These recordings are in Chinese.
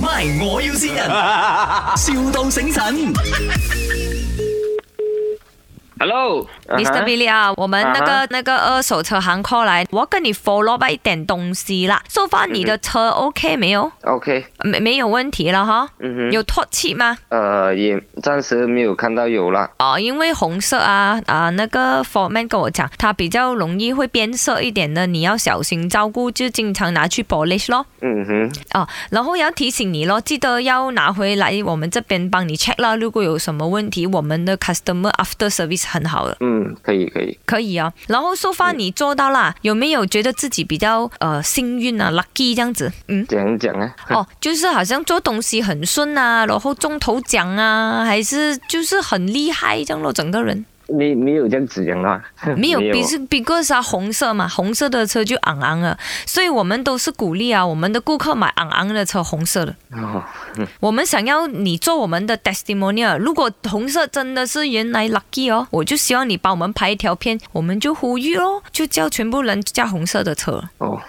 MY，我要先人，,笑到醒神。 Hello， Mr. 啊哈 Billy 啊，我们那个、啊那个二手车行 call 来，我要跟你 follow up 一点东西啦。so far 嗯你的车 OK 没有？ OK，没没有问题了哈？嗯哼有脱气吗？呃，也暂时没有看到有啦。哦，因为红色啊啊那个 foreman 跟我讲，它比较容易会变色一点的，你要小心照顾，就经常拿去 polish 咯。嗯哼，哦，然后要提醒你咯，记得要拿回来我们这边帮你 check 啦。如果有什么问题，我们的 customer after service 很好的。嗯，可以可以。可以啊，然后 so far 你做到啦，有没有觉得自己比较呃幸运啊，lucky 这样子？嗯，怎样讲啊？哦，就是好像做东西很顺啊，然后中头奖啊，还是就是很厉害这样咯，整个人你你有这样子讲的吗？ 没有，没有比是 because 啊，红色嘛，红色的车就昂昂了，所以我们都是鼓励啊，我们的顾客买昂昂的车，红色的，哦，我们想要你做我们的 testimonial，如果红色真的是原来 lucky 哦，我就希望你帮我们拍一条片，我们就呼吁咯，就叫全部人驾红色的车，哦，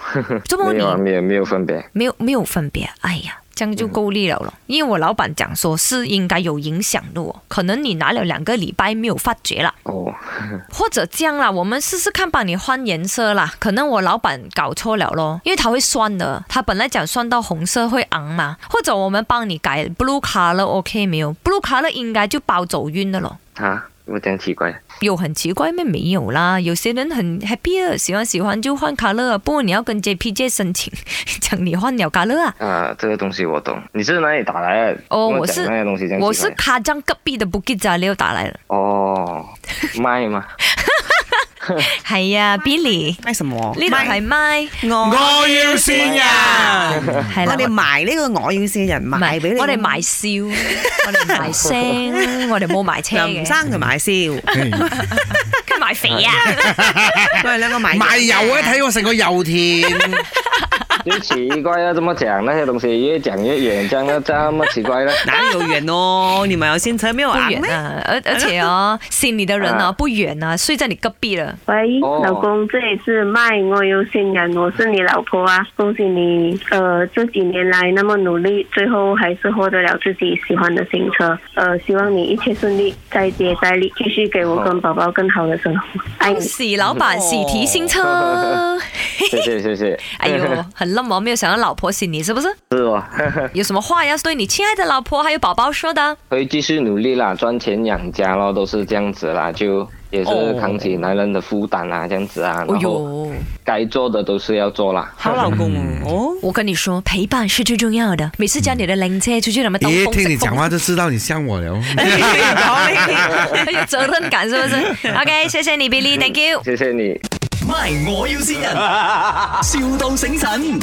这么没你有啊，没有没有分别。没有没有分别，哎呀。这样就够力了咯，因为我老板讲说是应该有影响的哦，可能你拿了两个礼拜没有发觉啦，哦，或者这样啦，我们试试看帮你换颜色啦，可能我老板搞错了咯，因为他会算的，他本来讲算到红色会昂嘛，或者我们帮你改 blue color，OK、没有？blue color 应该就包走运的咯。啊，我这样奇怪。有很奇怪咩？没有啦，有些人很 happy 啊，喜欢喜欢就换 color，啊不过你要跟 JPJ 申请， 讲你换了 color 啊。啊，这个东西我懂。你是哪里打来的？哦跟我讲是那些东西这样我奇怪是卡江隔壁的 Bukit Jalil 打来的，哦，卖 嘛。系啊，Billy，卖什么？呢度卖系咪？我我要先人，系我啦，哋埋呢個我要先人賣俾你，我哋賣笑，我哋賣聲，我哋冇賣車林嘅，生就賣 燒，佢賣肥啊！我哋兩個賣賣油啊！睇我成個油田，就奇怪啊，这么讲那些东西越讲越远，这样这么奇怪呢？哪有人哦？你们有先車咩不話？遠啊，而而且哦，信你的人啊啊不遠啊，睡在你隔壁了。喂，哦老公，这里是麦，我有新人，我是你老婆啊！恭喜你，呃，这几年来那么努力，最后还是获得了自己喜欢的新车。呃，希望你一切顺利，再接再厉，继续给我跟宝宝更好的生活。爱恭你。喜老板喜提新车哦！谢谢谢 谢。哎呦，很浪漫，没有想到老婆信你是不是？是哦，有什么话要对你亲爱的老婆还有宝宝说的？会继续努力啦，赚钱养家咯，都是这样子啦，就也是扛起男人的负担啦，这样子啊，哦哎然后呦，该做的都是要做啦。好老公 哦，我跟你說，陪伴是最重要的。每次叫你的零車出去，那么兜咦？風聽你食講風。話就知道你像我了。很有哎责任感是不是？OK，謝謝你，Billy，Thank you。谢谢你。 MY，我要先人，,笑到醒神。